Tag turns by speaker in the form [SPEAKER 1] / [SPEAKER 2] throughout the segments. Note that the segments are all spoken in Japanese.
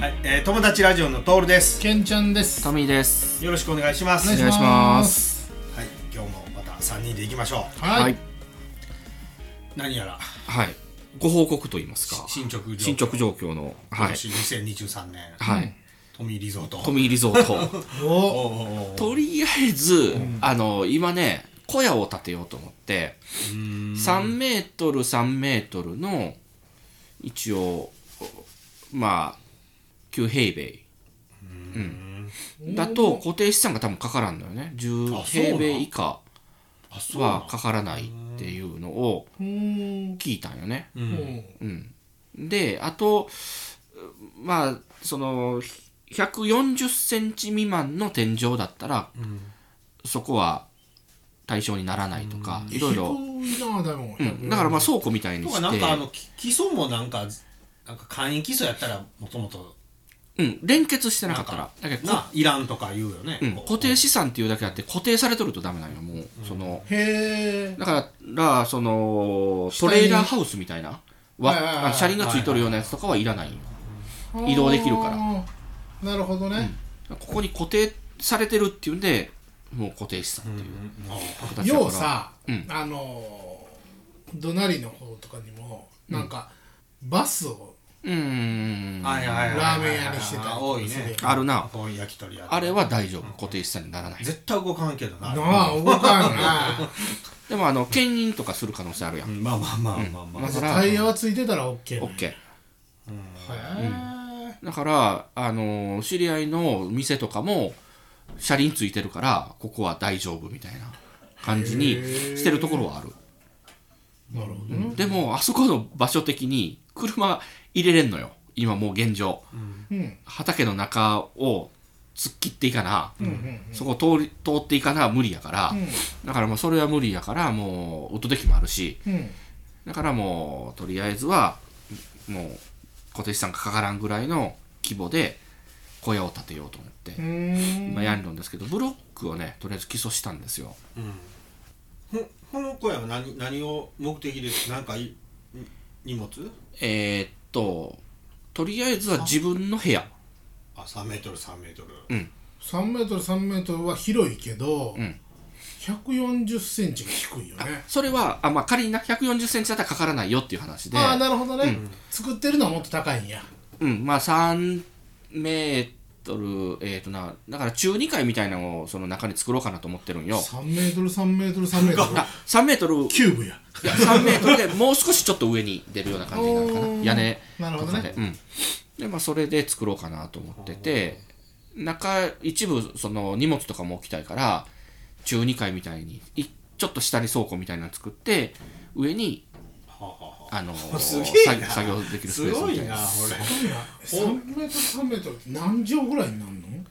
[SPEAKER 1] はい、えー友達ラジオのトールです。
[SPEAKER 2] けんちゃんです
[SPEAKER 3] トミーです。
[SPEAKER 1] よろしくお願いします。
[SPEAKER 2] お願いし
[SPEAKER 1] はい、
[SPEAKER 2] ます
[SPEAKER 1] 今日もまた三人で行きましょ
[SPEAKER 2] はい、
[SPEAKER 3] はい。
[SPEAKER 1] う。何やら
[SPEAKER 3] はい。ご報告と言いますか。
[SPEAKER 1] 進捗状況
[SPEAKER 3] 進捗状況の。
[SPEAKER 1] 今
[SPEAKER 3] はい。
[SPEAKER 1] 年2023年、
[SPEAKER 3] はい。
[SPEAKER 1] トミーリゾート。
[SPEAKER 3] トミーリゾー ト。
[SPEAKER 1] お
[SPEAKER 2] お
[SPEAKER 1] うおうおう
[SPEAKER 3] とりあえず、あの、今ね、小屋を建てようと思って、
[SPEAKER 1] うーん
[SPEAKER 3] 3メートル3メートルの、一応、まあ、9平米。うん、だと固定資産が多分かからんのよね10
[SPEAKER 1] あそうなん
[SPEAKER 3] 平米以下
[SPEAKER 1] あそうな
[SPEAKER 3] はかからないっていうのを
[SPEAKER 2] うーん
[SPEAKER 3] 聞いたんよね
[SPEAKER 1] うん
[SPEAKER 3] うん、であとまあその1 4 0ンチ未満の天井だったら
[SPEAKER 1] うん
[SPEAKER 3] そこは対象にならないとかいろいろ、
[SPEAKER 2] 低いなでも、
[SPEAKER 3] うん、だからまあ倉庫みたいに
[SPEAKER 1] と
[SPEAKER 3] し
[SPEAKER 1] かなんかあ
[SPEAKER 3] て、
[SPEAKER 1] のき基礎もなんかなんか簡易基礎やったらもともと
[SPEAKER 3] うん、連結してなかった
[SPEAKER 1] なん
[SPEAKER 3] らだけどこ、
[SPEAKER 1] な、いらんとか言うよね。
[SPEAKER 3] うん、
[SPEAKER 1] こう
[SPEAKER 3] 固定資産っていうだけあって固定されとるとダメなんよもう、その
[SPEAKER 2] へえ
[SPEAKER 3] だからその
[SPEAKER 2] 下
[SPEAKER 3] ト
[SPEAKER 2] に
[SPEAKER 3] レーラーハウスみたいなわ
[SPEAKER 2] はいはいはい
[SPEAKER 3] あ車輪がついとるようなやつとかはいらないよ移動できるから
[SPEAKER 2] らなるほどね、
[SPEAKER 3] ここに固定されてるっていうんでもう固定資産
[SPEAKER 1] う
[SPEAKER 3] っ
[SPEAKER 1] ん
[SPEAKER 3] ていう
[SPEAKER 1] うんあー
[SPEAKER 3] 形だから、
[SPEAKER 2] ようさ、
[SPEAKER 3] うん
[SPEAKER 2] あのー隣の方とかにもなんか、バスを
[SPEAKER 3] うーん
[SPEAKER 1] はいはいはい
[SPEAKER 2] ラーメン屋にしてたり
[SPEAKER 1] 多い
[SPEAKER 2] する
[SPEAKER 1] ね。
[SPEAKER 3] あるな
[SPEAKER 1] こういう焼き鳥屋とか
[SPEAKER 3] あれは大丈夫固定資産にならない
[SPEAKER 1] 絶対動かんけどな。
[SPEAKER 2] なあ動かんな
[SPEAKER 3] でもあの牽引とかする可能性あるや
[SPEAKER 1] うんんまあまあまあまあまあ。
[SPEAKER 3] うん
[SPEAKER 2] タイヤはついてたら OK
[SPEAKER 3] オ
[SPEAKER 2] なん
[SPEAKER 3] ッ
[SPEAKER 2] や
[SPEAKER 3] ケ
[SPEAKER 2] へえ
[SPEAKER 3] ーだからあのー知り合いの店とかも車輪ついてるからここは大丈夫みたいな感じに
[SPEAKER 2] へー
[SPEAKER 3] してるところはある、
[SPEAKER 2] なるほどね、
[SPEAKER 3] でもあそこの場所的に車入れれんのよ今もう現状
[SPEAKER 2] うんうん
[SPEAKER 3] 畑の中を突っ切っていかな、
[SPEAKER 2] うん
[SPEAKER 3] そこを通り通っていかな無理やから、
[SPEAKER 2] ん
[SPEAKER 3] だからもうそれは無理やからもう音できもあるし
[SPEAKER 2] うん
[SPEAKER 3] だからもうとりあえずはもう小手資産がかからんぐらいの規模で小屋を建てようと思って、
[SPEAKER 2] うーん
[SPEAKER 3] 今やるんですけどブロックをねとりあえず基礎したんですよ
[SPEAKER 1] うんほこの小屋は何何を目的で何かいん荷物
[SPEAKER 3] えーっととりあえずは自分の部屋
[SPEAKER 1] あ3メートル3メートル
[SPEAKER 2] 3メートル3メートルは広いけど、
[SPEAKER 3] ん
[SPEAKER 2] 140センチが低いよね
[SPEAKER 3] それはあ、まあ、仮にな1 4 0ンチだったらかからないよっていう話で
[SPEAKER 2] ああなるほどね、作ってるのはもっと高いんや
[SPEAKER 3] うん、まあ3メートル、えー、とな、だから中2階みたいなのをその中に作ろうかなと思ってるんよ。
[SPEAKER 2] 3メートル3メートル3メー トル
[SPEAKER 3] あ3メートル、
[SPEAKER 2] キューブや
[SPEAKER 3] 3メートルでもう少しちょっと上に出るような感じになるかな
[SPEAKER 2] お、ー
[SPEAKER 3] 屋根
[SPEAKER 2] なる
[SPEAKER 3] と
[SPEAKER 2] ほど
[SPEAKER 3] かで。
[SPEAKER 2] ね
[SPEAKER 3] うん。で、まあそれで作ろうかなと思ってて、中、一部その荷物とかも置きたいから、中2階みたいに、いちょっと下に倉庫みたいなの作って、上に、
[SPEAKER 1] はあは
[SPEAKER 3] あの
[SPEAKER 1] すげえな
[SPEAKER 3] 作作業で
[SPEAKER 1] あ
[SPEAKER 3] きるス
[SPEAKER 1] す
[SPEAKER 3] ペース
[SPEAKER 1] ご
[SPEAKER 3] み
[SPEAKER 1] い
[SPEAKER 3] たい
[SPEAKER 1] な
[SPEAKER 3] な。
[SPEAKER 2] 3メートル3メートルって何畳ぐらいになるの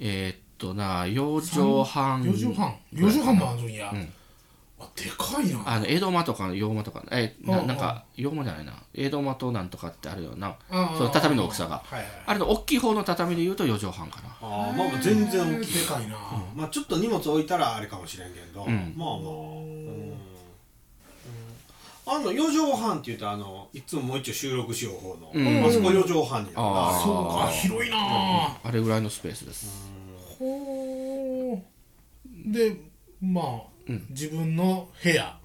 [SPEAKER 3] えーっとな、4畳半。
[SPEAKER 2] 4畳半4畳半もあるんや、あでかいなあ
[SPEAKER 3] あの江戸間とか洋間とかえな
[SPEAKER 2] うんうん
[SPEAKER 3] なんか洋間じゃないな江戸間となんとかってあるような
[SPEAKER 2] あ
[SPEAKER 3] その畳の大きさが
[SPEAKER 2] はいはい
[SPEAKER 3] あれの大きい方の畳で言うと4畳半かな
[SPEAKER 1] あーまあまあ全然大
[SPEAKER 2] で
[SPEAKER 1] きい
[SPEAKER 2] かいな、
[SPEAKER 1] まあちょっと荷物置いたらあれかもしれんけど、
[SPEAKER 3] ん
[SPEAKER 1] まあまあうん、うんあの四畳半って言うとあのいつももう一応収録しよう方の、
[SPEAKER 3] うん
[SPEAKER 1] あそこ四畳半になるな
[SPEAKER 3] あー
[SPEAKER 2] そうか広いなあ
[SPEAKER 3] あれぐらいのスペースです
[SPEAKER 2] ほーでまあ、自分の部屋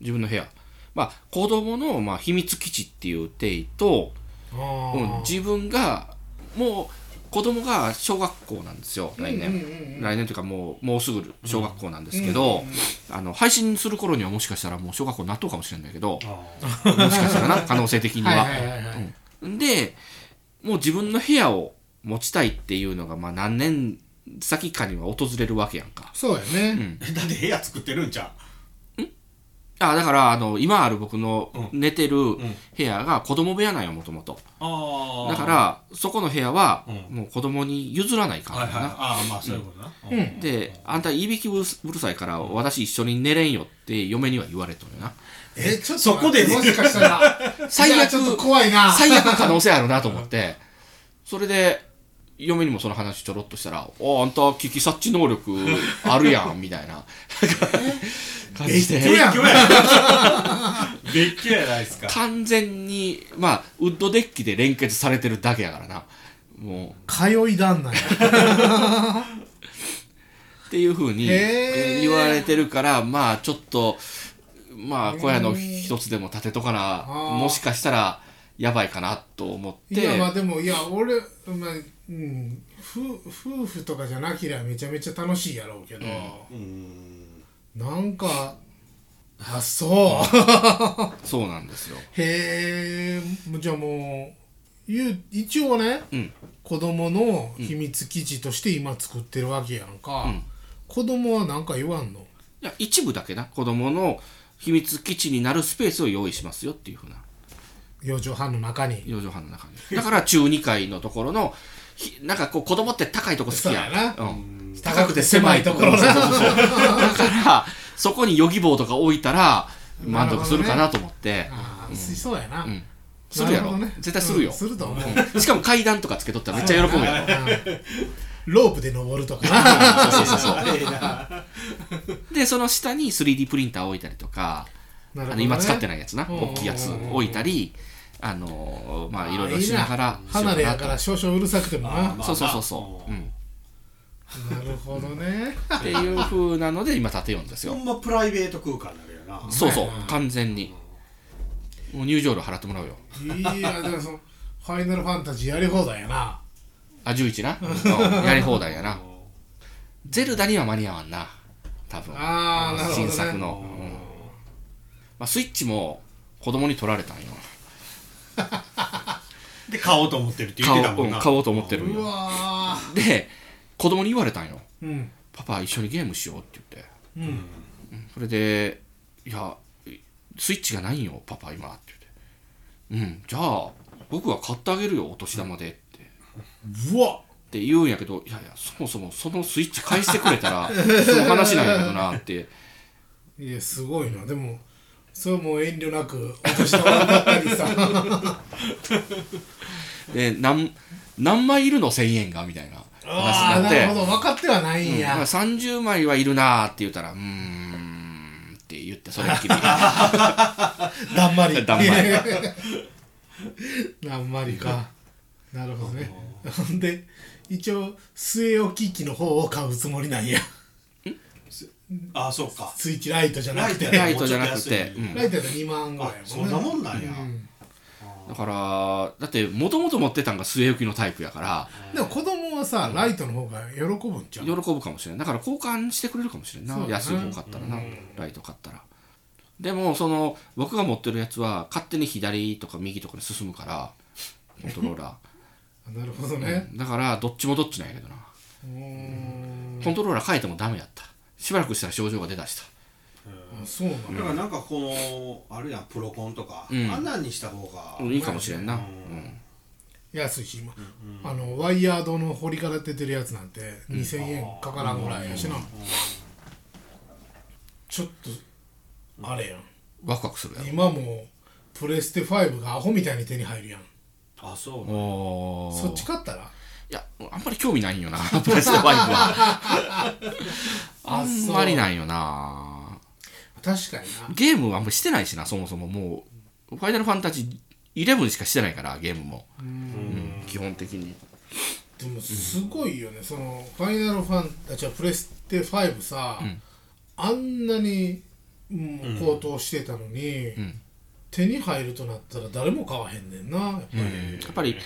[SPEAKER 3] 自分の部屋まあ子供のまあ秘密基地っていう定と、
[SPEAKER 2] あ
[SPEAKER 3] うん、自分がもう子供が小学校なんですよ来年、
[SPEAKER 2] うんうんうん
[SPEAKER 3] 来年というかもうもうすぐ小学校なんですけど、あの配信する頃にはもしかしたらもう小学校になっとうかもしれないけど
[SPEAKER 1] あ
[SPEAKER 3] もしかしたらな可能性的には。
[SPEAKER 2] はいはいはいはい、
[SPEAKER 3] でもう自分の部屋を持ちたいっていうのが、まあ、何年先かには訪れるわけやんか
[SPEAKER 2] そうやね、
[SPEAKER 1] ー だって部屋作ってるんちゃ
[SPEAKER 3] あだからあの今ある僕の寝てる部
[SPEAKER 1] ん
[SPEAKER 3] 屋が子供部屋なんよもともと
[SPEAKER 1] うあ
[SPEAKER 3] だからそこの部屋は
[SPEAKER 1] う
[SPEAKER 3] もう子供に譲らないから
[SPEAKER 1] はい
[SPEAKER 3] な、
[SPEAKER 1] はいああまあそういうことな、うん
[SPEAKER 3] であんたいびきうるすうるさいから私一緒に寝れんよって嫁には言われとるよな
[SPEAKER 2] えちょっ
[SPEAKER 1] そこでね
[SPEAKER 2] もしかしたら
[SPEAKER 3] 最悪
[SPEAKER 2] いやちょっと怖いな
[SPEAKER 3] 最悪の可能性あるなと思ってそれで嫁にもその話ちょろっとしたら「おあんた聞き察知能力 あるやん」みたいな感じ
[SPEAKER 2] 別居
[SPEAKER 3] で
[SPEAKER 2] やん
[SPEAKER 1] 別居やデッキやないですか
[SPEAKER 3] 完全にまあウッドデッキで連結されてるだけやからなも
[SPEAKER 2] 通いだんなんや
[SPEAKER 3] うっていうふうに
[SPEAKER 2] へー
[SPEAKER 3] 言われてるからまあちょっとまあ小屋の一つでも建てとかな
[SPEAKER 2] ー
[SPEAKER 3] もしかしたらやばいかなと思っ
[SPEAKER 2] いやまあ
[SPEAKER 3] て
[SPEAKER 2] でもいや俺、まあうん、夫夫婦とかじゃなけりゃめちゃめちゃ楽しいやろうけど、
[SPEAKER 1] うーん
[SPEAKER 2] なんかあそう
[SPEAKER 3] そうなんですよ
[SPEAKER 2] へえじゃあもうゆう一応ね、
[SPEAKER 3] うん
[SPEAKER 2] 子供の秘密基地として今作ってるわけやんか、
[SPEAKER 3] うん
[SPEAKER 2] 子供は何か言わんの
[SPEAKER 3] いや一部だけな子供の秘密基地になるスペースを用意しますよっていうふうな
[SPEAKER 2] 4畳半の中に
[SPEAKER 3] 4畳半の中にだから中2階のところのひなんかこう子供って高いとこ好きやん
[SPEAKER 2] そうやな
[SPEAKER 3] うん
[SPEAKER 2] 高くて狭いところな
[SPEAKER 3] だから、そこにヨギ棒とか置いたら、満足するかなと思って。
[SPEAKER 2] ああしそうやな、
[SPEAKER 3] うんするや
[SPEAKER 2] な
[SPEAKER 3] ろ、
[SPEAKER 2] ほどね
[SPEAKER 3] 絶対するよ
[SPEAKER 2] うん、すると思う、
[SPEAKER 3] しかも階段とかつけとったらめっちゃ喜ぶやろ。
[SPEAKER 2] ロープで登るとか な
[SPEAKER 3] そうそうそう
[SPEAKER 1] ええな
[SPEAKER 3] で、その下に 3D プリンター置いたりとか、
[SPEAKER 2] な
[SPEAKER 3] あの今使って
[SPEAKER 2] い
[SPEAKER 3] ないやつな、
[SPEAKER 2] うん
[SPEAKER 3] 大きいやつ置いたり、あのー、まあいろいろしながら。
[SPEAKER 2] 離れやか
[SPEAKER 3] しよう
[SPEAKER 2] ら少々うるさくてもな
[SPEAKER 1] あ
[SPEAKER 3] か
[SPEAKER 1] ー
[SPEAKER 3] なそうそうそうそう。うん
[SPEAKER 2] なるほどね
[SPEAKER 3] っていう風なので、今建てようんです
[SPEAKER 1] ほ
[SPEAKER 3] よ。
[SPEAKER 1] んまプライベート空間だけどな
[SPEAKER 3] そうそう
[SPEAKER 2] うまいな、
[SPEAKER 3] 完全に。もう入場料払ってもらうよ。
[SPEAKER 2] いやでもそのファイナルファンタジーやり放題やな
[SPEAKER 3] あ、11な。うんやり放題やな。ゼルダには間に合わんな多分
[SPEAKER 2] あーなるほどね
[SPEAKER 3] 新作の、うんまあ、スイッチも子供に取られたんよ
[SPEAKER 1] で買おうと思ってるって言っ
[SPEAKER 3] 買
[SPEAKER 1] てた
[SPEAKER 3] お
[SPEAKER 1] も
[SPEAKER 3] う、うんん
[SPEAKER 1] な
[SPEAKER 3] 買おうと思ってるん
[SPEAKER 2] う
[SPEAKER 3] よ
[SPEAKER 2] わ
[SPEAKER 3] で子供に言われたんよ
[SPEAKER 2] ーうん
[SPEAKER 3] 「パパ一緒にゲームしよう」って言って
[SPEAKER 2] うん
[SPEAKER 3] それで「いやスイッチがないんよパパ今」って言って「うんじゃあ僕は買ってあげるよお年玉で」って
[SPEAKER 2] うわ
[SPEAKER 3] って言うんやけど、いやいや、そもそもそのスイッチ返してくれた ら、その話なんやけどなって、
[SPEAKER 2] いやすごいなでもそれはもう遠慮なくお年玉ばった りさ
[SPEAKER 3] で、なん何枚いるの ?1000 円がみたいな話
[SPEAKER 2] ああ
[SPEAKER 3] になっ
[SPEAKER 2] な
[SPEAKER 3] て
[SPEAKER 2] るほ。ど分かってはないん
[SPEAKER 3] だから
[SPEAKER 2] や、
[SPEAKER 3] 30枚はいるなーって言ったら、うーんって言って、それっき り。
[SPEAKER 2] だんまり
[SPEAKER 3] だんま
[SPEAKER 2] だんまりかなるほどねほんで一応据え置き機の方を買うつもりなんや
[SPEAKER 1] あそうか
[SPEAKER 2] スイッチライトじゃなくて
[SPEAKER 1] ラ
[SPEAKER 3] ライトじゃなくて。
[SPEAKER 1] もうちょっと安い
[SPEAKER 3] うん
[SPEAKER 2] ライトやったら2万ぐらい
[SPEAKER 1] あ
[SPEAKER 2] や
[SPEAKER 1] そんなもんなんや
[SPEAKER 2] うん
[SPEAKER 3] だから、だって、もともと持ってたんが据え置きのタイプやから、
[SPEAKER 2] でも子供はさライトの方が喜ぶんちゃ
[SPEAKER 3] 喜
[SPEAKER 2] う
[SPEAKER 3] ぶかもしれない。だから交換してくれるかもしれんな
[SPEAKER 2] そうだ。な
[SPEAKER 3] 安い方買ったらな。ライト買ったら。でも、その、僕が持ってるやつは、勝手に左とか右とかに進むから、コントローラ
[SPEAKER 2] あなるほどね
[SPEAKER 3] ー。 だから、どっちもどっちなんやけどな。
[SPEAKER 2] うーん
[SPEAKER 3] コントローラー変えてもダメやった。しばらくしたら症状が出だした。
[SPEAKER 2] あそうなの
[SPEAKER 1] だからなんかこのあるやんプロコンとか、
[SPEAKER 3] うん
[SPEAKER 1] あんなんにした方が、
[SPEAKER 3] いいかもしれんな。う
[SPEAKER 1] うん
[SPEAKER 3] ん
[SPEAKER 2] 安いし今あのワイヤードの堀から出てるやつなんて2000円かからんぐらいやしなちょっとあれやん
[SPEAKER 3] ワクワクするやろ
[SPEAKER 2] 今もうプレステ5がアホみたいに手に入るやん
[SPEAKER 1] あそうなん
[SPEAKER 3] お
[SPEAKER 2] そっち買ったら
[SPEAKER 3] いやあんまり興味ない んよなプレステ5はあんまりないよな
[SPEAKER 2] 確かにな
[SPEAKER 3] ゲームはあんまりしてないしなそもそももう「ファイナルファンタジー11」しかしてないからゲームも、うん基本的に
[SPEAKER 2] でもすごいよね、そのファイナルファンあ違うプレステ5さ、あんなにもう高騰してたのに、
[SPEAKER 3] ん
[SPEAKER 2] 手に入るとなったら誰も買わへんねんなやっぱり、
[SPEAKER 3] やっぱり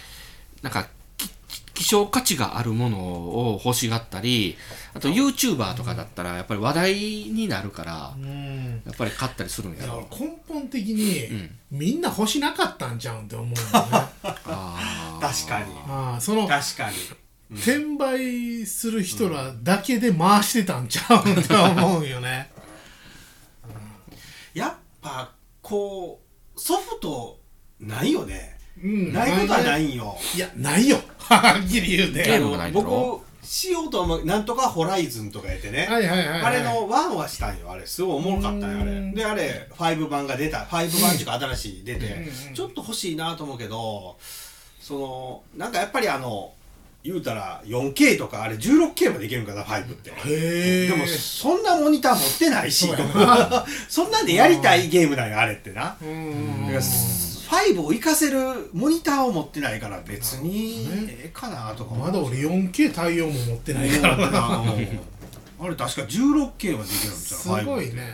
[SPEAKER 3] なんかき希少価値があるものを欲しがったりあと YouTuber とかだったらやっぱり話題になるから
[SPEAKER 2] うん
[SPEAKER 3] やっぱり買ったりするん
[SPEAKER 2] い
[SPEAKER 3] や
[SPEAKER 2] や
[SPEAKER 3] ろ
[SPEAKER 2] 俺根本的に、
[SPEAKER 3] ん
[SPEAKER 2] みんな欲しなかったんちゃうんって 思うよね
[SPEAKER 3] あー
[SPEAKER 1] 確かに
[SPEAKER 2] ああその
[SPEAKER 1] 確かに
[SPEAKER 2] 転売する人らだけで回してたんちゃうんって思うよね
[SPEAKER 1] やっぱこうソフトないよね、
[SPEAKER 2] うん
[SPEAKER 1] ないことはないいんよ
[SPEAKER 2] いやないよはっきり言うて
[SPEAKER 3] ゲームがないんだろ
[SPEAKER 1] 僕しようと思うなんとかホライズンとかやってね、
[SPEAKER 2] はいはいはいはい
[SPEAKER 1] あれの1はしたんよあれすごいおもろかったんよあ
[SPEAKER 2] う
[SPEAKER 1] れ
[SPEAKER 2] ん
[SPEAKER 1] であれ5版が出た5版っていうか新しい出て
[SPEAKER 2] うん
[SPEAKER 1] ちょっと欲しいなと思うけどそのなんかやっぱりあの言うたら 4K とかあれ 16K までいけるんかな5って
[SPEAKER 2] へえ
[SPEAKER 1] でもそんなモニター持ってないし
[SPEAKER 2] そうや
[SPEAKER 1] そんなんでやりたいゲームなんよあれってな
[SPEAKER 2] うんうんう
[SPEAKER 1] だ
[SPEAKER 2] ん
[SPEAKER 1] から5を活かせるモニターを持ってないから別に
[SPEAKER 2] なるほどね
[SPEAKER 1] ええかなとか思う
[SPEAKER 2] まだ俺 4K 対応も持ってないからな
[SPEAKER 1] うんあれ確か 16K までいけるんちゃう
[SPEAKER 2] すご
[SPEAKER 1] 5
[SPEAKER 2] い
[SPEAKER 1] って
[SPEAKER 2] ね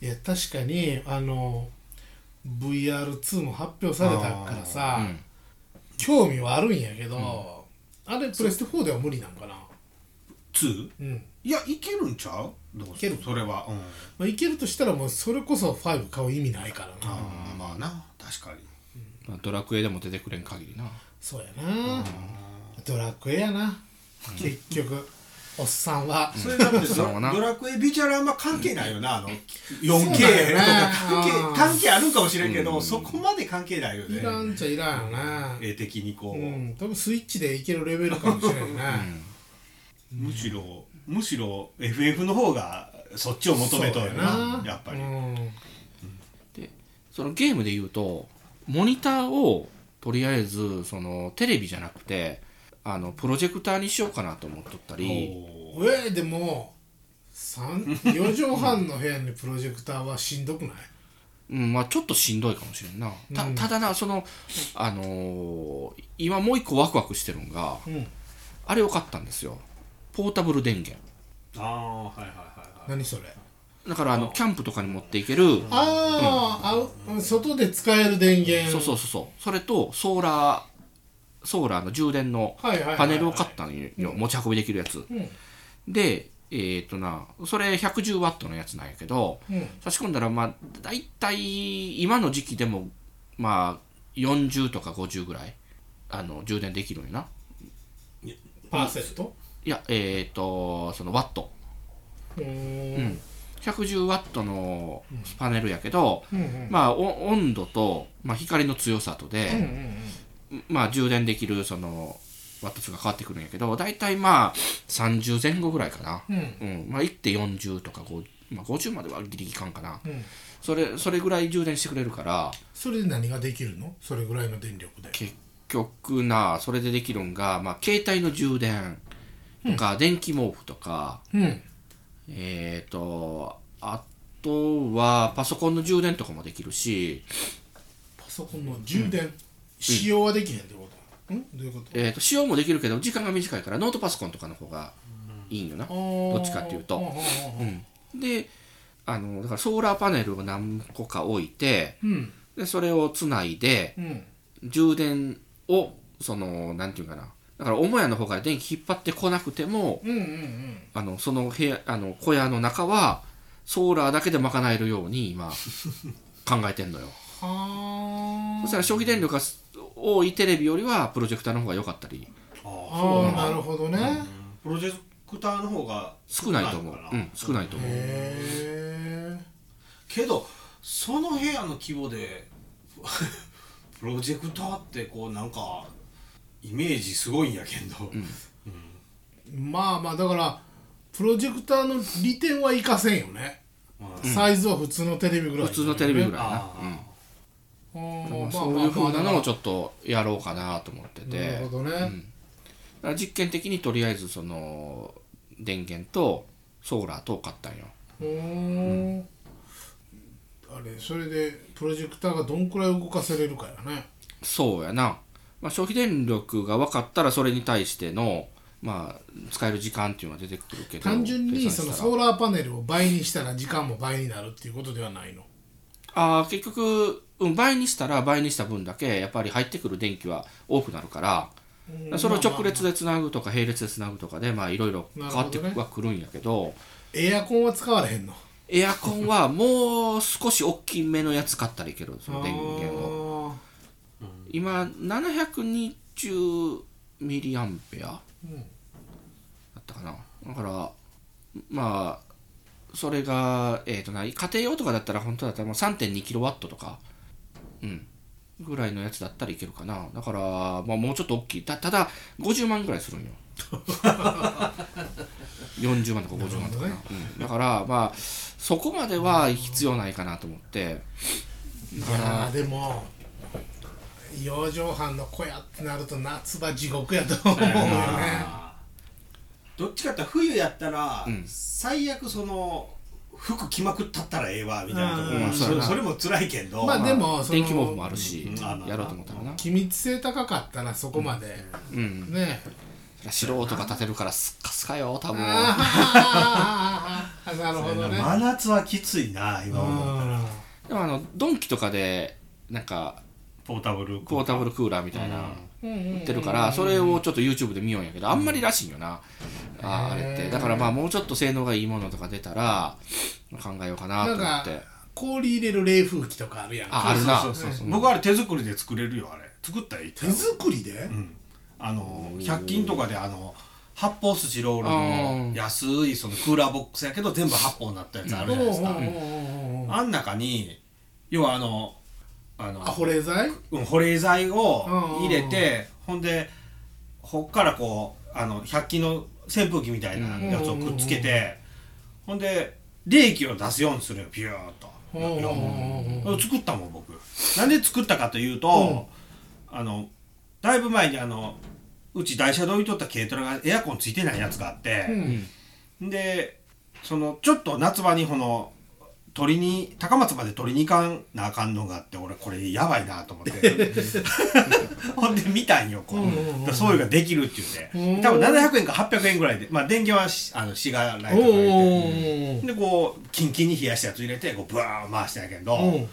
[SPEAKER 2] いや確かにあの VR2 も発表されたからさ、
[SPEAKER 3] うん
[SPEAKER 2] 興味はあるんやけど、あれプレステ4では無理なんかな
[SPEAKER 1] 2?
[SPEAKER 2] うん、
[SPEAKER 1] いやいけるんちゃうどう
[SPEAKER 2] いける
[SPEAKER 1] それはうん
[SPEAKER 2] まあ、いけるとしたらもうそれこそ5買う意味ないからな、
[SPEAKER 1] ああまあな確かに
[SPEAKER 3] まあドラクエでも出てくれん限りな
[SPEAKER 2] そうやな、ドラクエやな、結局おっさんは、
[SPEAKER 1] それだって
[SPEAKER 3] そうやな
[SPEAKER 1] ドラクエビジュアルあんま関係ないよなあの 4K
[SPEAKER 2] そう
[SPEAKER 1] と
[SPEAKER 2] だよね
[SPEAKER 1] か関
[SPEAKER 2] あー
[SPEAKER 1] 係関係あるんかもしれんけどそこまで関係ないよ
[SPEAKER 2] いら
[SPEAKER 1] ね
[SPEAKER 2] んちゃいらんよな、
[SPEAKER 1] 絵的にこ
[SPEAKER 2] う
[SPEAKER 1] うん
[SPEAKER 2] 多分スイッチでいけるレベルかもしれないな、
[SPEAKER 1] むしろむしろ FF の方がそっちを求めとる
[SPEAKER 2] そう
[SPEAKER 1] なやっぱり
[SPEAKER 2] うん
[SPEAKER 3] でそのゲームで言うとモニターをとりあえずそのテレビじゃなくてあのプロジェクターにしようかなと思っとったり
[SPEAKER 1] おー
[SPEAKER 2] えでも三4畳半の部屋にプロジェクターはしんどくない
[SPEAKER 3] うんまあ、ちょっとしんどいかもしれんなた
[SPEAKER 2] うん
[SPEAKER 3] ただなその、あのー今もう一個ワクワクしてるんが
[SPEAKER 2] うん
[SPEAKER 3] あれを買ったんですよポータブル電源
[SPEAKER 1] ああーはいはいはいはい
[SPEAKER 2] 何それ
[SPEAKER 3] だからあのキャンプとかに持っていける
[SPEAKER 2] あー、あう外で使える電源
[SPEAKER 3] そうそうそうそうそれとソーラーソーラーの充電の
[SPEAKER 2] はいはいはいはい
[SPEAKER 3] パネルを買ったのよ持ち運びできるやつ
[SPEAKER 2] うん
[SPEAKER 3] でえーっとなそれ110ワットのやつなんやけど
[SPEAKER 2] うん
[SPEAKER 3] 差し込んだらまあ大体今の時期でもまあ40とか50ぐらいあの充電できるんやな
[SPEAKER 2] パーセット
[SPEAKER 3] いやえーっとそのワット
[SPEAKER 2] うーん
[SPEAKER 3] 110ワットのパネルやけど、
[SPEAKER 2] うんうん
[SPEAKER 3] まあお温度と、まあ、光の強さとで、
[SPEAKER 2] うんうん
[SPEAKER 3] まあ、充電できるそのワット数が変わってくるんやけど大体まあ30前後ぐらいかな、
[SPEAKER 2] うんうん
[SPEAKER 3] うんまあ、1.40とか5、まあ、50まではギリギリいかんかな
[SPEAKER 2] うん
[SPEAKER 3] それそれぐらい充電してくれるから
[SPEAKER 2] それで何ができるのそれぐらいの電力で
[SPEAKER 3] 結局なそれでできるんが、まあ、携帯の充電とか、電気毛布とか
[SPEAKER 2] うん
[SPEAKER 3] えっ、とあとはパソコンの充電とかもできるし
[SPEAKER 2] パソコンの充電、使用はできへんってことうんどういうこと
[SPEAKER 3] えー、と使用もできるけど時間が短いからノートパソコンとかの方がいいんよな。
[SPEAKER 2] ど
[SPEAKER 3] どっちかっていうと
[SPEAKER 2] う
[SPEAKER 3] であのだからソーラーパネルを何個か置いて
[SPEAKER 2] ん
[SPEAKER 3] でそれをつないで
[SPEAKER 2] うん
[SPEAKER 3] 充電をそのなんていうかなだから母屋の方から電気引っ張ってこなくても
[SPEAKER 2] うんうんうん
[SPEAKER 3] あのその部屋あの小屋の中はソーラーだけで賄えるように今考えてんのよ。
[SPEAKER 2] は
[SPEAKER 3] そ
[SPEAKER 2] あ
[SPEAKER 3] したら消費電力が多いテレビよりはプロジェクターの方が良かったり
[SPEAKER 1] あー
[SPEAKER 2] ああなるほどね、
[SPEAKER 1] プロジェクターの方が
[SPEAKER 3] 少ないと思う
[SPEAKER 1] のか。
[SPEAKER 3] うん、少ないと思う。
[SPEAKER 2] へ
[SPEAKER 1] けどその部屋の規模で プロジェクターってこうなんかイメージすごいんやけど、
[SPEAKER 2] えまあまあだからプロジェクターの利点は活かせんよね、
[SPEAKER 1] う
[SPEAKER 2] サイズは普通のテレビぐらい、
[SPEAKER 3] 普通のテレビぐらい
[SPEAKER 2] い
[SPEAKER 3] な
[SPEAKER 1] あ。
[SPEAKER 3] うん
[SPEAKER 1] ー
[SPEAKER 3] そういうふうなのをち
[SPEAKER 2] ょっ
[SPEAKER 3] ょっとやろうかなと思ってて
[SPEAKER 2] なるほどね、
[SPEAKER 3] だから実験的にとりあえずその電源とソーラーと買ったんよ
[SPEAKER 2] うーんあれそれでプロジェクターがどんくらい動かせれるかやね
[SPEAKER 3] そうやな、まあ、消費電力が分かったらそれに対してのまあ使える時間っていうのは出てくるけど
[SPEAKER 2] 単純に
[SPEAKER 3] 計
[SPEAKER 2] そ
[SPEAKER 3] 算
[SPEAKER 2] の
[SPEAKER 3] したら
[SPEAKER 2] ソーラーパネルを倍にしたら時間も倍になるっていうことではないの
[SPEAKER 3] あー結局、うん、倍にしたら倍にした分だけやっぱり入ってくる電気は多くなるから
[SPEAKER 2] うん
[SPEAKER 3] それを
[SPEAKER 2] まあ
[SPEAKER 3] 直
[SPEAKER 2] まあ
[SPEAKER 3] 列でつなぐとか並列でつなぐとかでまあいろいろ変わって
[SPEAKER 2] なるほど
[SPEAKER 3] はくるんやけど
[SPEAKER 2] エアコンは使われへんの
[SPEAKER 3] エアコンはもう少し大きめのやつ買ったらいけるその電源を
[SPEAKER 2] あー
[SPEAKER 3] 今720ミリアンペアだったかなだからまあそれがえっ、とな家庭用とかだったら本当だったらもう3.2キロワットとかうんぐらいのやつだったらいけるかなだから、まあ、もうちょっと大きいたただ50万ぐらい するんよ40万とか50万とか
[SPEAKER 2] な
[SPEAKER 3] な
[SPEAKER 2] る
[SPEAKER 3] うん、だからまあそこまでは必要ないかなと思って
[SPEAKER 2] いやーでも4畳半の小屋ってなると夏場地獄やと思うよね
[SPEAKER 1] あーどっちかっていうと冬やったら、
[SPEAKER 3] うん
[SPEAKER 1] 最悪その服着まくったったらええわみたいなところ
[SPEAKER 2] うん
[SPEAKER 1] も
[SPEAKER 3] そうや
[SPEAKER 1] そ
[SPEAKER 3] な
[SPEAKER 1] それも辛いけど、
[SPEAKER 2] まあでもその
[SPEAKER 3] 電気毛布もあるし
[SPEAKER 1] うんあまあ
[SPEAKER 3] やろうと思ったらな
[SPEAKER 2] 機密性高かったなそこまで、
[SPEAKER 3] うん
[SPEAKER 2] ね
[SPEAKER 3] 素人が立てるからすっかすかよ多分
[SPEAKER 2] ああ なるほどね
[SPEAKER 1] 真夏はきついな今思う
[SPEAKER 2] あ
[SPEAKER 3] でもあのドンキとかでなんか
[SPEAKER 1] ポータブル
[SPEAKER 3] ポータブ
[SPEAKER 1] ル
[SPEAKER 3] ルクーラーみたいな
[SPEAKER 2] 売
[SPEAKER 3] 売ってるからそれをちょっと YouTube で見ようんやけどあんまりらしいんよなあーあれっ
[SPEAKER 2] へ
[SPEAKER 3] て
[SPEAKER 2] ー
[SPEAKER 3] だからまあもうちょっと性能がいいものとか出たら考えようかなと思
[SPEAKER 2] なん
[SPEAKER 3] っ
[SPEAKER 2] か
[SPEAKER 3] て
[SPEAKER 2] 氷入れる冷風機とかあるやん
[SPEAKER 3] ああるな
[SPEAKER 1] そうそうそうそう
[SPEAKER 3] うん
[SPEAKER 1] 僕あれ手作りで作れるよあれ作ったらいい
[SPEAKER 2] 手作りで
[SPEAKER 1] うんあの100均とかであの発泡スチロールの安いそのクーラーボックスやけど全部発泡になったやつあるじゃないですか、
[SPEAKER 2] か
[SPEAKER 1] あん中に要はあのあの
[SPEAKER 2] あ保冷剤
[SPEAKER 1] うん保冷剤を
[SPEAKER 2] うん
[SPEAKER 1] 入れて、ほんでほっからこうあの100均の扇風機みたいなやつをくっつけて、ほんで冷気を出すようにするよピューッと。
[SPEAKER 2] うんうんうんうん
[SPEAKER 1] 作ったもん僕なんで作ったかというと、あのだいぶ前にあのうち台車で置いとった軽トラがエアコンついてないやつがあって、
[SPEAKER 2] うん
[SPEAKER 1] でそのちょっと夏場にこの鳥に高松まで鳥に行かんなあかんのがあって俺これやばいなと思って ほんで見たんよこう、
[SPEAKER 2] うんうんうん
[SPEAKER 1] だからそういうのができるっていう
[SPEAKER 2] うん
[SPEAKER 1] ね多分700円か800円ぐらいでまあ電源はしあのシガーライ
[SPEAKER 2] お
[SPEAKER 1] ト
[SPEAKER 2] う
[SPEAKER 1] が
[SPEAKER 2] お
[SPEAKER 1] 入
[SPEAKER 2] う
[SPEAKER 1] れて
[SPEAKER 2] おう
[SPEAKER 1] でこうキンキンに冷やしたやつ入れてこうブワーン回したんやけど、
[SPEAKER 2] おう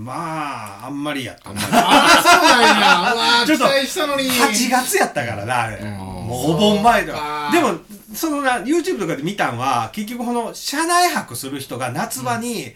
[SPEAKER 1] まああんまりやったな
[SPEAKER 2] あ
[SPEAKER 1] ちょっと
[SPEAKER 2] あそうなんやうわ期待したのに
[SPEAKER 1] 8月やったからなあれ、
[SPEAKER 3] ん
[SPEAKER 1] もうお盆前だわで
[SPEAKER 2] そう
[SPEAKER 1] もそのな YouTube とかで見たんは結局この車内泊する人が夏場に、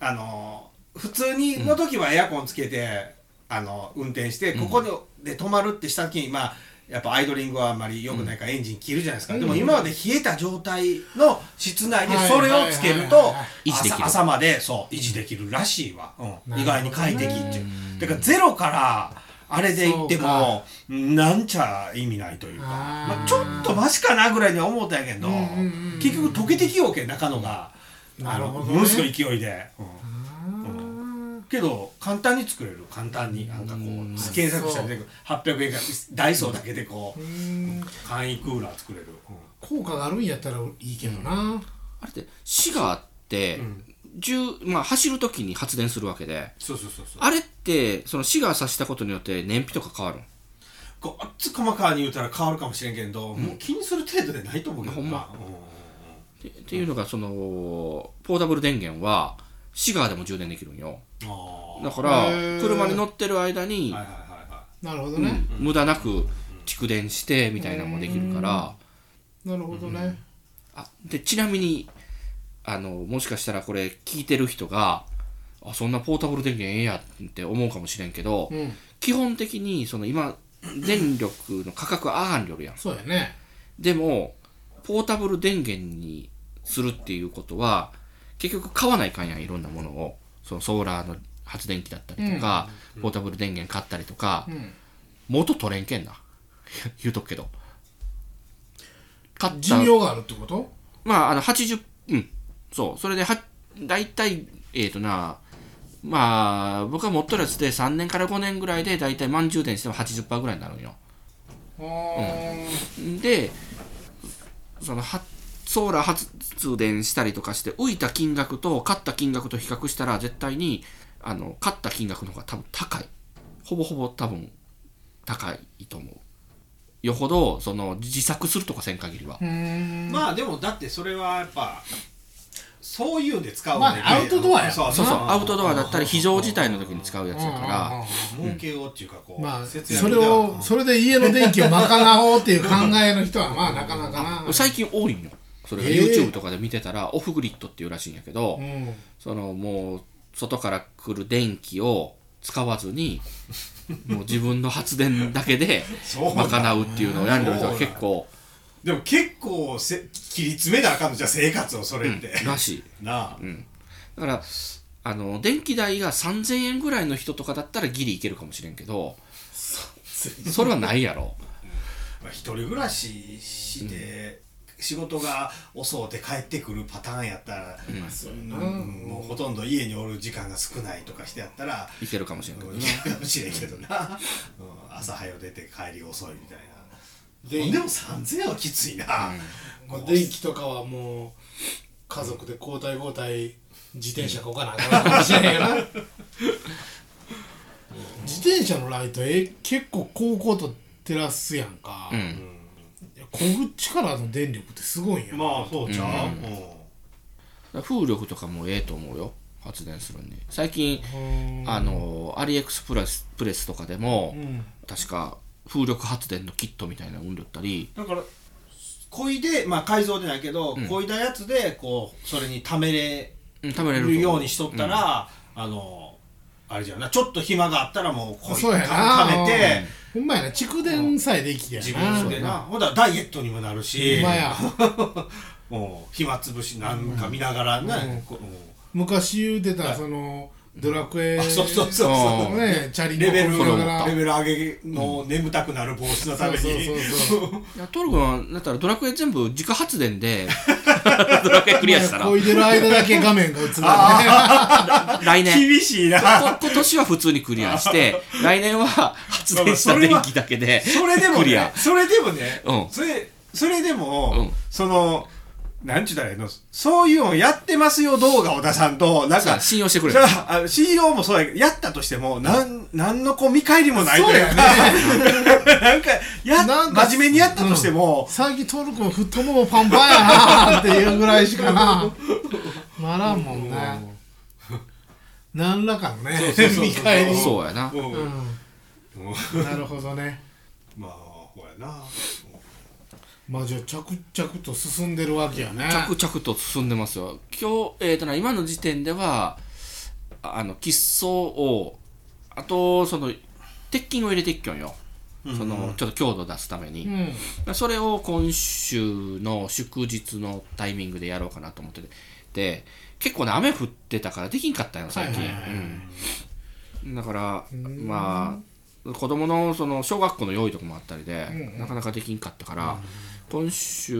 [SPEAKER 1] あの普通にの時はエアコンつけて、あの運転してここで,、で止まるってした時にまあやっぱアイドリングはあんまり良くないからエンジン切るじゃないですか、でも今まで冷えた状態の室内でそれをつける
[SPEAKER 2] はいはい
[SPEAKER 1] と
[SPEAKER 2] はいはい
[SPEAKER 3] 維持でき
[SPEAKER 1] 朝
[SPEAKER 3] る
[SPEAKER 1] 朝までそう維持できるらしいわ、うん
[SPEAKER 2] なる
[SPEAKER 1] 意
[SPEAKER 2] ほど
[SPEAKER 1] 外
[SPEAKER 2] ね
[SPEAKER 1] に快適っていうだからゼロからあれで行ってもなんちゃ意味ないというか
[SPEAKER 2] あー
[SPEAKER 1] まあ、ちょっとマシかなぐらいには思ったんやけど、
[SPEAKER 2] うんうんうんうん
[SPEAKER 1] 結局溶けてきようけん中野が、あ
[SPEAKER 2] なる
[SPEAKER 1] の
[SPEAKER 2] ほどね
[SPEAKER 1] ものすごい勢いで、うん
[SPEAKER 2] あ
[SPEAKER 1] けど簡単に作れる簡単になんかこう検索したら出てくる800円かダイソーだけでこ
[SPEAKER 2] ーう
[SPEAKER 1] う
[SPEAKER 2] ーん
[SPEAKER 1] 簡易クーラー作れる、う
[SPEAKER 2] 効果があるんやったらいいけどな
[SPEAKER 3] あれってシガーって10まあ走る時に発電するわけで
[SPEAKER 1] そうそうそうそう
[SPEAKER 3] あれってそのシガーさしたことによって燃費とか変わるん
[SPEAKER 1] こうあっつ細かに言うたら変わるかもしれんけど、もう気にする程度でないと思うけどな
[SPEAKER 3] ほんま
[SPEAKER 1] う
[SPEAKER 3] ってっていうのがそのポータブル電源はシガーでも充電できるんよ
[SPEAKER 1] ああ
[SPEAKER 3] だから
[SPEAKER 2] へー
[SPEAKER 3] 車に乗ってる間に
[SPEAKER 1] はいはいはいは
[SPEAKER 2] なるほど
[SPEAKER 3] う
[SPEAKER 2] ね
[SPEAKER 3] ん無駄なく蓄電してみたいなのもできるから
[SPEAKER 2] なるほどね
[SPEAKER 3] あでちなみにあのもしかしたらこれ聞いてる人があそんなポータブル電源ええやって思うかもしれんけど
[SPEAKER 2] うん
[SPEAKER 3] 基本的にその今電力の価格は上がんよるやん
[SPEAKER 2] そうやね
[SPEAKER 3] でもポータブル電源にするっていうことは結局買わないかんやんいろんなものをそのソーラーの発電機だったりとか、ポータブル電源買ったりとか、
[SPEAKER 2] うん
[SPEAKER 3] 元取れんけんな 言うとくけど買っ
[SPEAKER 2] 寿
[SPEAKER 3] た
[SPEAKER 2] 命があるってこと
[SPEAKER 3] まああの80うんそうそれでは大体えっ、となまあ僕が持っとるやつで3年から5年ぐらいで大体満充電しても80%ぐらいになるんよ
[SPEAKER 2] あー
[SPEAKER 3] でそのはソーラー発電したりとかして浮いた金額と買った金額と比較したら絶対にあの買った金額の方が多分高いほぼほぼ多分高いと思うよほどその自作するとかせん限りは
[SPEAKER 2] うーん
[SPEAKER 1] い、まあでもだってそれはやっぱそういうんで使う
[SPEAKER 2] まあねアウトドアや
[SPEAKER 1] そう
[SPEAKER 3] そうそうアウトドアだったり非常事態
[SPEAKER 1] の
[SPEAKER 3] の時に使うやつだから
[SPEAKER 1] 儲けようっていうかこう、
[SPEAKER 2] まあ
[SPEAKER 1] 節約
[SPEAKER 2] それ
[SPEAKER 1] では
[SPEAKER 2] をそれで家の電気を賄おうっていう考えの人はまあなかなかな
[SPEAKER 3] 最近多いんよそれが
[SPEAKER 2] えー
[SPEAKER 3] YouTube とかで見てたらオフグリッドっていうらしいんやけど、
[SPEAKER 2] うん
[SPEAKER 3] そのもう外から来る電気を使わず にもう自分の発電だけで
[SPEAKER 1] そうだ
[SPEAKER 3] 賄うっていうのをやんでる人が結構
[SPEAKER 1] でも結構せ切り詰めなあかんのじゃあ生活をそれって、
[SPEAKER 3] らしい
[SPEAKER 1] なあ、
[SPEAKER 3] だからあの電気代が3000円ぐらいの人とかだったらギリいけるかもしれんけどそれはないやろ
[SPEAKER 1] まあ、一人暮らしして、仕事が遅うて帰ってくるパターンやったら、
[SPEAKER 2] そうや
[SPEAKER 1] う
[SPEAKER 2] なん
[SPEAKER 1] もうほとんど家におる時間が少ないとかしてやったら
[SPEAKER 3] いけるかもしれない
[SPEAKER 1] い
[SPEAKER 3] けどね
[SPEAKER 1] けるかもしれんけどな、うん、朝早う出て帰り遅いみたいな
[SPEAKER 2] で
[SPEAKER 1] ほんでも3000円はきついな、
[SPEAKER 2] まあ電気とかはもう家族で交代交代自転車こかなあかんかもしれんよ な自転車のライトえ結構高校と照らすやんか、
[SPEAKER 3] うん、
[SPEAKER 2] いやこぐ力の電力ってすごいんやな
[SPEAKER 1] まあそうちゃう、うん
[SPEAKER 3] だから風力とかもええと思うよ発電するに最近
[SPEAKER 2] うん
[SPEAKER 3] あのアリエクスプレスプレスとかでも、
[SPEAKER 2] うん
[SPEAKER 3] 確か風力発電のキットみたいなの売んでったり
[SPEAKER 1] だからこいでまあ改造でないけどこいだやつでこうそれに貯めれ
[SPEAKER 3] うん食べれると
[SPEAKER 1] るようにしとったら、あのあれじゃなちょっと暇があったらもうこ
[SPEAKER 2] そうやな
[SPEAKER 1] 貯めて
[SPEAKER 2] ほんまやな蓄電さえできてや
[SPEAKER 1] 自
[SPEAKER 2] な
[SPEAKER 1] 分でなほんだらダイエットにもなるし
[SPEAKER 2] ほんまや
[SPEAKER 1] もう暇つぶしなんか見ながらね、
[SPEAKER 2] う
[SPEAKER 1] こ
[SPEAKER 2] ん
[SPEAKER 1] う
[SPEAKER 2] 昔言うてた
[SPEAKER 1] はい
[SPEAKER 2] そのドラクエ
[SPEAKER 1] あそうそうそうそう
[SPEAKER 3] あ
[SPEAKER 2] ねチャリンコ
[SPEAKER 1] レベル
[SPEAKER 2] こ
[SPEAKER 3] そ
[SPEAKER 2] ぐ
[SPEAKER 3] れ
[SPEAKER 2] なが
[SPEAKER 3] 思
[SPEAKER 2] ら
[SPEAKER 3] った
[SPEAKER 1] レベル上げの眠たくなる防止のために
[SPEAKER 2] そうそうそう
[SPEAKER 3] いやトル君はだったらドラクエ全部自家発電で ドラクエクリアしたら
[SPEAKER 2] こいでる間だけ画 面が映るからね
[SPEAKER 3] 来年
[SPEAKER 1] 厳しいな
[SPEAKER 3] こ今年は普通にクリ アして、来年は発電した電気だけで、
[SPEAKER 1] それでも
[SPEAKER 3] クリ
[SPEAKER 1] ね
[SPEAKER 3] ア。
[SPEAKER 1] それでもね、
[SPEAKER 3] うん
[SPEAKER 1] それそれでも、
[SPEAKER 3] うん
[SPEAKER 1] そのなんちゅうたらいいのそういうのやってますよ動画を出さんとなん
[SPEAKER 3] さあ
[SPEAKER 1] か
[SPEAKER 3] 信用してくれ
[SPEAKER 1] それはあの CEO もそうやけどやったとしてもなんなんのこう見返りもないというか なんかや
[SPEAKER 2] なんか
[SPEAKER 1] 真面目にやったとしても、
[SPEAKER 2] 最近トルコフットもパンパンやなっていうぐらいし かなならんもんね何らかのね
[SPEAKER 1] そうそうそう
[SPEAKER 2] 見返り
[SPEAKER 3] そうやな。
[SPEAKER 1] うんうん
[SPEAKER 2] うんなるほどね
[SPEAKER 1] まあほやな
[SPEAKER 2] まあじゃあ着々と進んでるわけやね
[SPEAKER 3] 着々と進んでますよ。今日、えーとな、今の時点では、あの、喫相を、あと、その、鉄筋を入れていっきょんよ。その、ちょっと強度出すため
[SPEAKER 2] う
[SPEAKER 3] に。
[SPEAKER 2] ん
[SPEAKER 3] それを今週の祝日のタイミングでやろうかなと思ってて。で、結構ね、雨降ってたからできんかったよ、最近。
[SPEAKER 2] はいはいはい
[SPEAKER 3] うんだから、まあ子供のその小学校の用意とかもあったりで、なかなかできんかったから、今週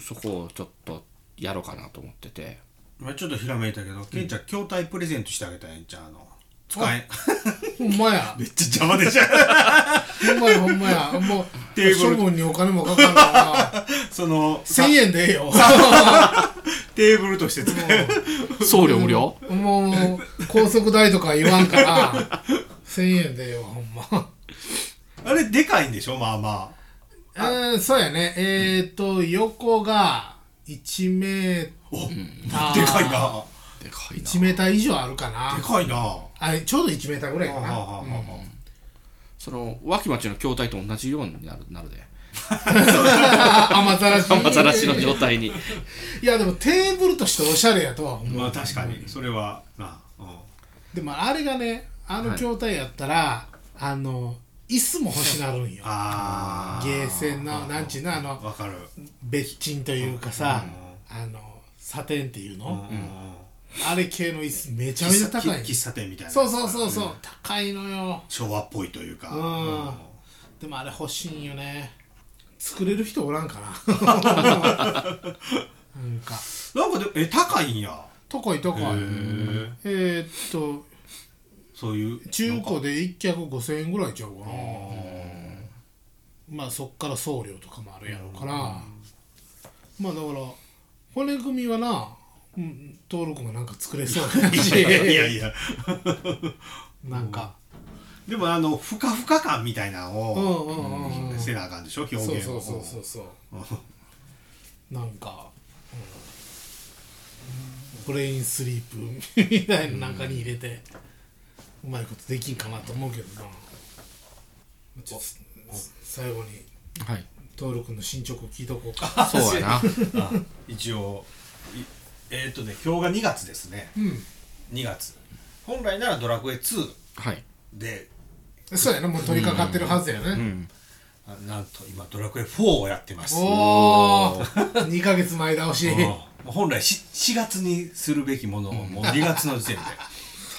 [SPEAKER 3] そこをちょっとやろうかなと思っ てて
[SPEAKER 1] 今ちょっとひらめいたけどケンちゃん筐体プレゼントしてあげたらええんちゃうあの使えん
[SPEAKER 2] ほんまや
[SPEAKER 1] めっちゃ邪魔でしょ
[SPEAKER 2] ほんまやほんまやもう
[SPEAKER 1] テーブ
[SPEAKER 2] 処
[SPEAKER 1] ル
[SPEAKER 2] 分にお金もかかるから
[SPEAKER 1] そのさ
[SPEAKER 2] 1000円でええよ
[SPEAKER 1] テーブルとして使える
[SPEAKER 3] 送料無料
[SPEAKER 2] もう高速代とか言わんから1000円でええわほんま
[SPEAKER 1] あれでかいんでしょまあま
[SPEAKER 2] うんそうやねえっ、ー、と横が1メー
[SPEAKER 1] あお
[SPEAKER 2] ター
[SPEAKER 1] でかいな
[SPEAKER 3] でかい
[SPEAKER 2] 1
[SPEAKER 3] な
[SPEAKER 2] メーター以上あるかな
[SPEAKER 1] でかいなあ
[SPEAKER 2] あれちょうど1メーターぐらいか
[SPEAKER 1] あ
[SPEAKER 2] な
[SPEAKER 1] ああ
[SPEAKER 3] その脇町の筐体と同じようになるなるで
[SPEAKER 2] 雨ざらし
[SPEAKER 3] 雨ざらしの状態に
[SPEAKER 2] いやでもテーブルとしておしゃれやとは思う、
[SPEAKER 1] まあ確かにそれはなうん
[SPEAKER 2] でもあれがねあの筐体やったら、あの椅子も欲しなるんよ
[SPEAKER 1] ああ
[SPEAKER 2] ゲーセンのなんちゅうのあの
[SPEAKER 1] わかる
[SPEAKER 2] 別賃というかさ、あのサテンっていうの、あれ系の椅子めちゃめちゃ高い
[SPEAKER 1] 喫喫茶店みたいな
[SPEAKER 2] そうそうそうそう、高いのよ
[SPEAKER 1] 昭和っぽいというか
[SPEAKER 2] うん
[SPEAKER 1] うん
[SPEAKER 2] でもあれ欲しいんよね作れる人おらんか ななんか
[SPEAKER 1] なんかでえ高いんや
[SPEAKER 2] 高い高い
[SPEAKER 1] へえ
[SPEAKER 2] えー、っと
[SPEAKER 1] そういう
[SPEAKER 2] 中古で1脚5000円ぐらいちゃうかなまあそっから送料とかもあるやろうからまあだから骨組みはなうん登録がなんか作れそう やし
[SPEAKER 1] いやいやいや
[SPEAKER 2] なんか
[SPEAKER 1] でもあのふかふか感みたいなの
[SPEAKER 2] うん
[SPEAKER 1] を
[SPEAKER 2] うんうんうん
[SPEAKER 1] せなあかんでしょ表現
[SPEAKER 2] そう
[SPEAKER 1] を
[SPEAKER 2] そうそうそうそうなんか、うんブレインスリープみたいな中に入れて、うまいことできんかなと思うけどなちょっと最後に
[SPEAKER 3] はい
[SPEAKER 2] 登録の進捗を聞いとこうか
[SPEAKER 3] そうやな
[SPEAKER 1] あ一応いえーっとね今日が2月ですね
[SPEAKER 2] うん
[SPEAKER 1] 2月本来なら「ドラクエ2
[SPEAKER 3] はい」
[SPEAKER 1] で
[SPEAKER 2] そうやなもう取り掛かってるはずやね、
[SPEAKER 3] うん
[SPEAKER 1] あなんと今「ドラクエ4」をやってます
[SPEAKER 2] おお2ヶ月前倒 し
[SPEAKER 1] うん本来し4月にするべきものをもう2月の時点で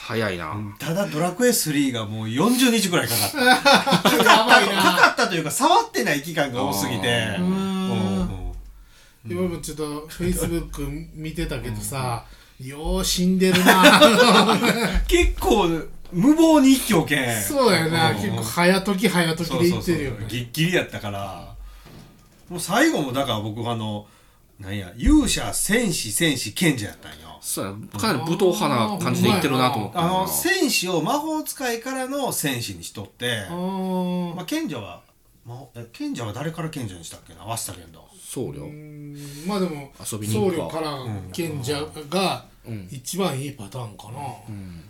[SPEAKER 3] 早いな、
[SPEAKER 1] ただ「ドラクエ3」がもう40日ぐらいか かった
[SPEAKER 2] やばい
[SPEAKER 1] か
[SPEAKER 2] な
[SPEAKER 1] かったというか触ってない期間が多すぎて
[SPEAKER 2] うーん
[SPEAKER 1] うんうん
[SPEAKER 2] 今もちょっとフェイスブック見てたけどさ、よう死んでる な
[SPEAKER 1] 結構無謀に一挙け
[SPEAKER 2] そうやな、
[SPEAKER 1] ん
[SPEAKER 2] 結構早時早時で言ってるよ
[SPEAKER 1] そうそうそう
[SPEAKER 2] ね
[SPEAKER 1] ぎっきりやったからもう最後もだから僕あのなんや勇者戦士戦士賢者やったんよ
[SPEAKER 3] そうやなかなり武闘派な感じでいってるなと思った
[SPEAKER 1] あ
[SPEAKER 3] な
[SPEAKER 1] の戦士を魔法使いからの戦士にしとって
[SPEAKER 2] あー
[SPEAKER 1] まあ、賢者は魔法え賢者は誰から賢者にしたっけな鷲田賢人
[SPEAKER 3] 僧侶、
[SPEAKER 2] うんまあでも僧
[SPEAKER 3] 遊び人か
[SPEAKER 2] 侶から賢者が
[SPEAKER 3] うん
[SPEAKER 2] 一番いいパターンかな、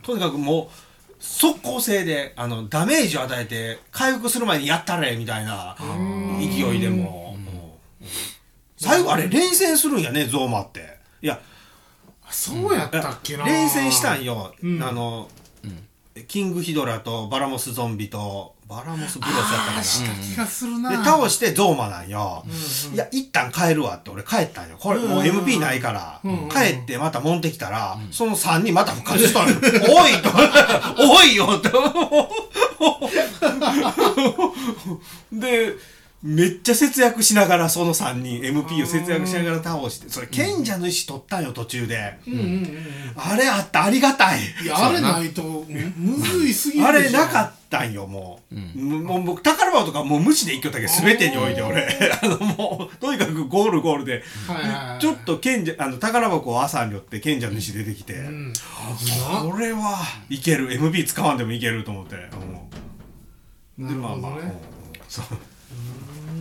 [SPEAKER 1] とにかくもう即効性であのダメージを与えて回復する前にやったれみたいな勢いでもう、うん最後あれ連戦するんやねゾウマっていや
[SPEAKER 2] そうやったっけな
[SPEAKER 1] 連戦したんよ、
[SPEAKER 2] ん
[SPEAKER 1] あの、キングヒドラとバラモスゾンビとバラモスブロスやった
[SPEAKER 2] あーし
[SPEAKER 1] か
[SPEAKER 2] た気がするな、
[SPEAKER 1] な、で倒してゾウマなんよ、いや一旦帰るわって俺帰ったんよこれもう MP ないから、帰ってまた持ってきたら、その3人また復活した のよ「おい!」と「おいよ!」ってでめっちゃ節約しながらその3人 MP を節約しながら倒してそれ賢者の石取ったんよ途中で、
[SPEAKER 2] うんうんうん
[SPEAKER 1] あれあったありがたい
[SPEAKER 2] いやあれないとむむずいすぎる
[SPEAKER 1] あれな
[SPEAKER 2] っ
[SPEAKER 1] かったんよもう、もう僕宝箱とかもう無視で一挙だけど全てにおいて俺 あのもうとにかくゴールゴールで、
[SPEAKER 2] た、はいはいはい
[SPEAKER 1] ちょっと賢者あの宝箱を朝に寄って賢者の石出てきて、
[SPEAKER 2] うん
[SPEAKER 1] これはいける MB 使わんでもいけると思って、うん
[SPEAKER 2] な
[SPEAKER 1] で
[SPEAKER 2] る
[SPEAKER 1] まあ
[SPEAKER 2] ほ
[SPEAKER 1] ま
[SPEAKER 2] ど
[SPEAKER 1] あ、うん
[SPEAKER 2] ね
[SPEAKER 1] そう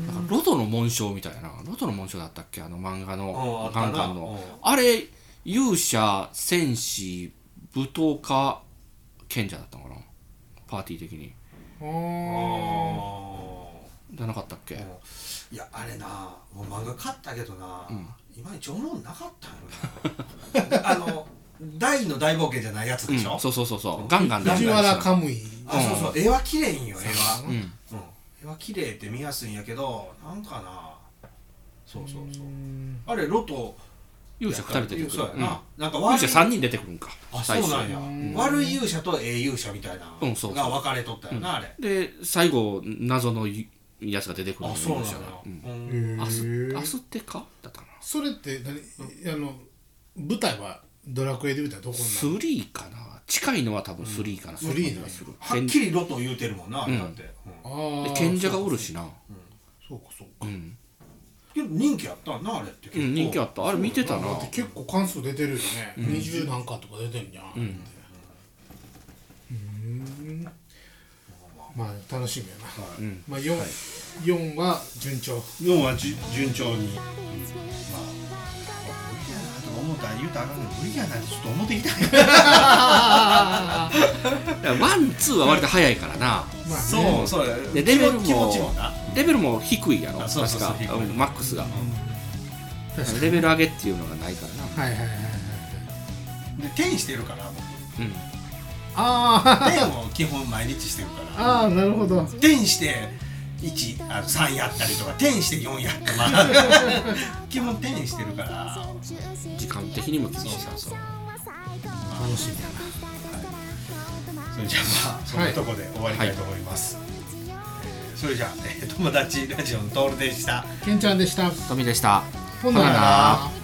[SPEAKER 3] なんかロトの紋章みたいなロトの紋章だったっけあの漫画
[SPEAKER 1] うんあ
[SPEAKER 3] の
[SPEAKER 1] ったな
[SPEAKER 3] ガンガンのあれ勇者戦士武闘家賢者だったのかなパーティー的に
[SPEAKER 2] あー
[SPEAKER 3] じゃなかったっけ
[SPEAKER 1] いやあれなもう漫画買ったけどな、いまいち思うなかったんよなあの大の大冒険じゃないやつでしょ、
[SPEAKER 3] うんそうそうそうそうガンガン
[SPEAKER 2] 藤原カムイ
[SPEAKER 1] あそうそう絵は綺麗いんよ絵は、う
[SPEAKER 3] う
[SPEAKER 1] ん
[SPEAKER 3] ん
[SPEAKER 1] 絵は綺麗って見やすいんやけどなんかなそうそうそう
[SPEAKER 2] うん
[SPEAKER 1] あれロト
[SPEAKER 3] 勇者2人出てく
[SPEAKER 1] そうや
[SPEAKER 3] るうん
[SPEAKER 1] な、なんか悪い
[SPEAKER 3] 勇者3人出てくるんか
[SPEAKER 1] あそうなんや
[SPEAKER 2] うん
[SPEAKER 1] 悪い勇者とええ勇者みたいな
[SPEAKER 3] うんそうそう
[SPEAKER 1] が分かれとったよなあれ
[SPEAKER 3] で最後謎のやつが出てくる
[SPEAKER 1] あそうなんや
[SPEAKER 3] 勇者がうん
[SPEAKER 1] うん
[SPEAKER 3] アス
[SPEAKER 2] へえ
[SPEAKER 3] アステカだったかな
[SPEAKER 2] それって何、あの舞台はドラクエで舞台はどこに
[SPEAKER 3] 3かな近いのは多分3かな、
[SPEAKER 2] うん
[SPEAKER 3] そんな気がする
[SPEAKER 1] はっきりロト言うてるもんなあれだってうん
[SPEAKER 2] なるあ
[SPEAKER 3] で
[SPEAKER 2] ー
[SPEAKER 3] 賢者がおるしな
[SPEAKER 2] そうかそう
[SPEAKER 3] う
[SPEAKER 2] か
[SPEAKER 3] ん、
[SPEAKER 1] けど人気やったなあれって結
[SPEAKER 3] う
[SPEAKER 1] 構
[SPEAKER 3] ん、人気あったあれ見てたな
[SPEAKER 2] だって結構関数出てるよね二十、何巻とか出てんじゃんうんまあ楽しみやな、
[SPEAKER 3] うん
[SPEAKER 2] まあ四四は順調
[SPEAKER 1] 4はじ順調にまあ無理やなとか思ったら言うたらあかんけど無理やなってちょっと思ってきたんや
[SPEAKER 3] だからワンツーは割と早いからな
[SPEAKER 2] まあね
[SPEAKER 1] そうそう
[SPEAKER 3] でレベルも
[SPEAKER 1] 気持ちもな
[SPEAKER 3] レベルも低いやろ
[SPEAKER 1] あそうそうそう
[SPEAKER 3] 確か
[SPEAKER 1] 低い
[SPEAKER 3] うんマックスが、
[SPEAKER 2] 確かに
[SPEAKER 3] レベル上げっていうのがないからな
[SPEAKER 2] はいはいはいはいはい
[SPEAKER 1] で転してる から
[SPEAKER 3] うん
[SPEAKER 2] あ
[SPEAKER 1] 転を基本毎日してるか
[SPEAKER 2] あ
[SPEAKER 1] ら
[SPEAKER 2] ああなるほど
[SPEAKER 1] 転して1あの3やったりとか転して4やったりまあ 基本転してるから
[SPEAKER 3] 時間的にも厳しい
[SPEAKER 1] そうそうそう
[SPEAKER 2] 楽しみや
[SPEAKER 1] それじゃあまあそんなとこで終わりたいと思います、えーそれじゃあ、えー友達ラジオのトールでした
[SPEAKER 2] なけんちゃんでした
[SPEAKER 3] トミーでした
[SPEAKER 2] ほんなら
[SPEAKER 3] ほんなら
[SPEAKER 2] な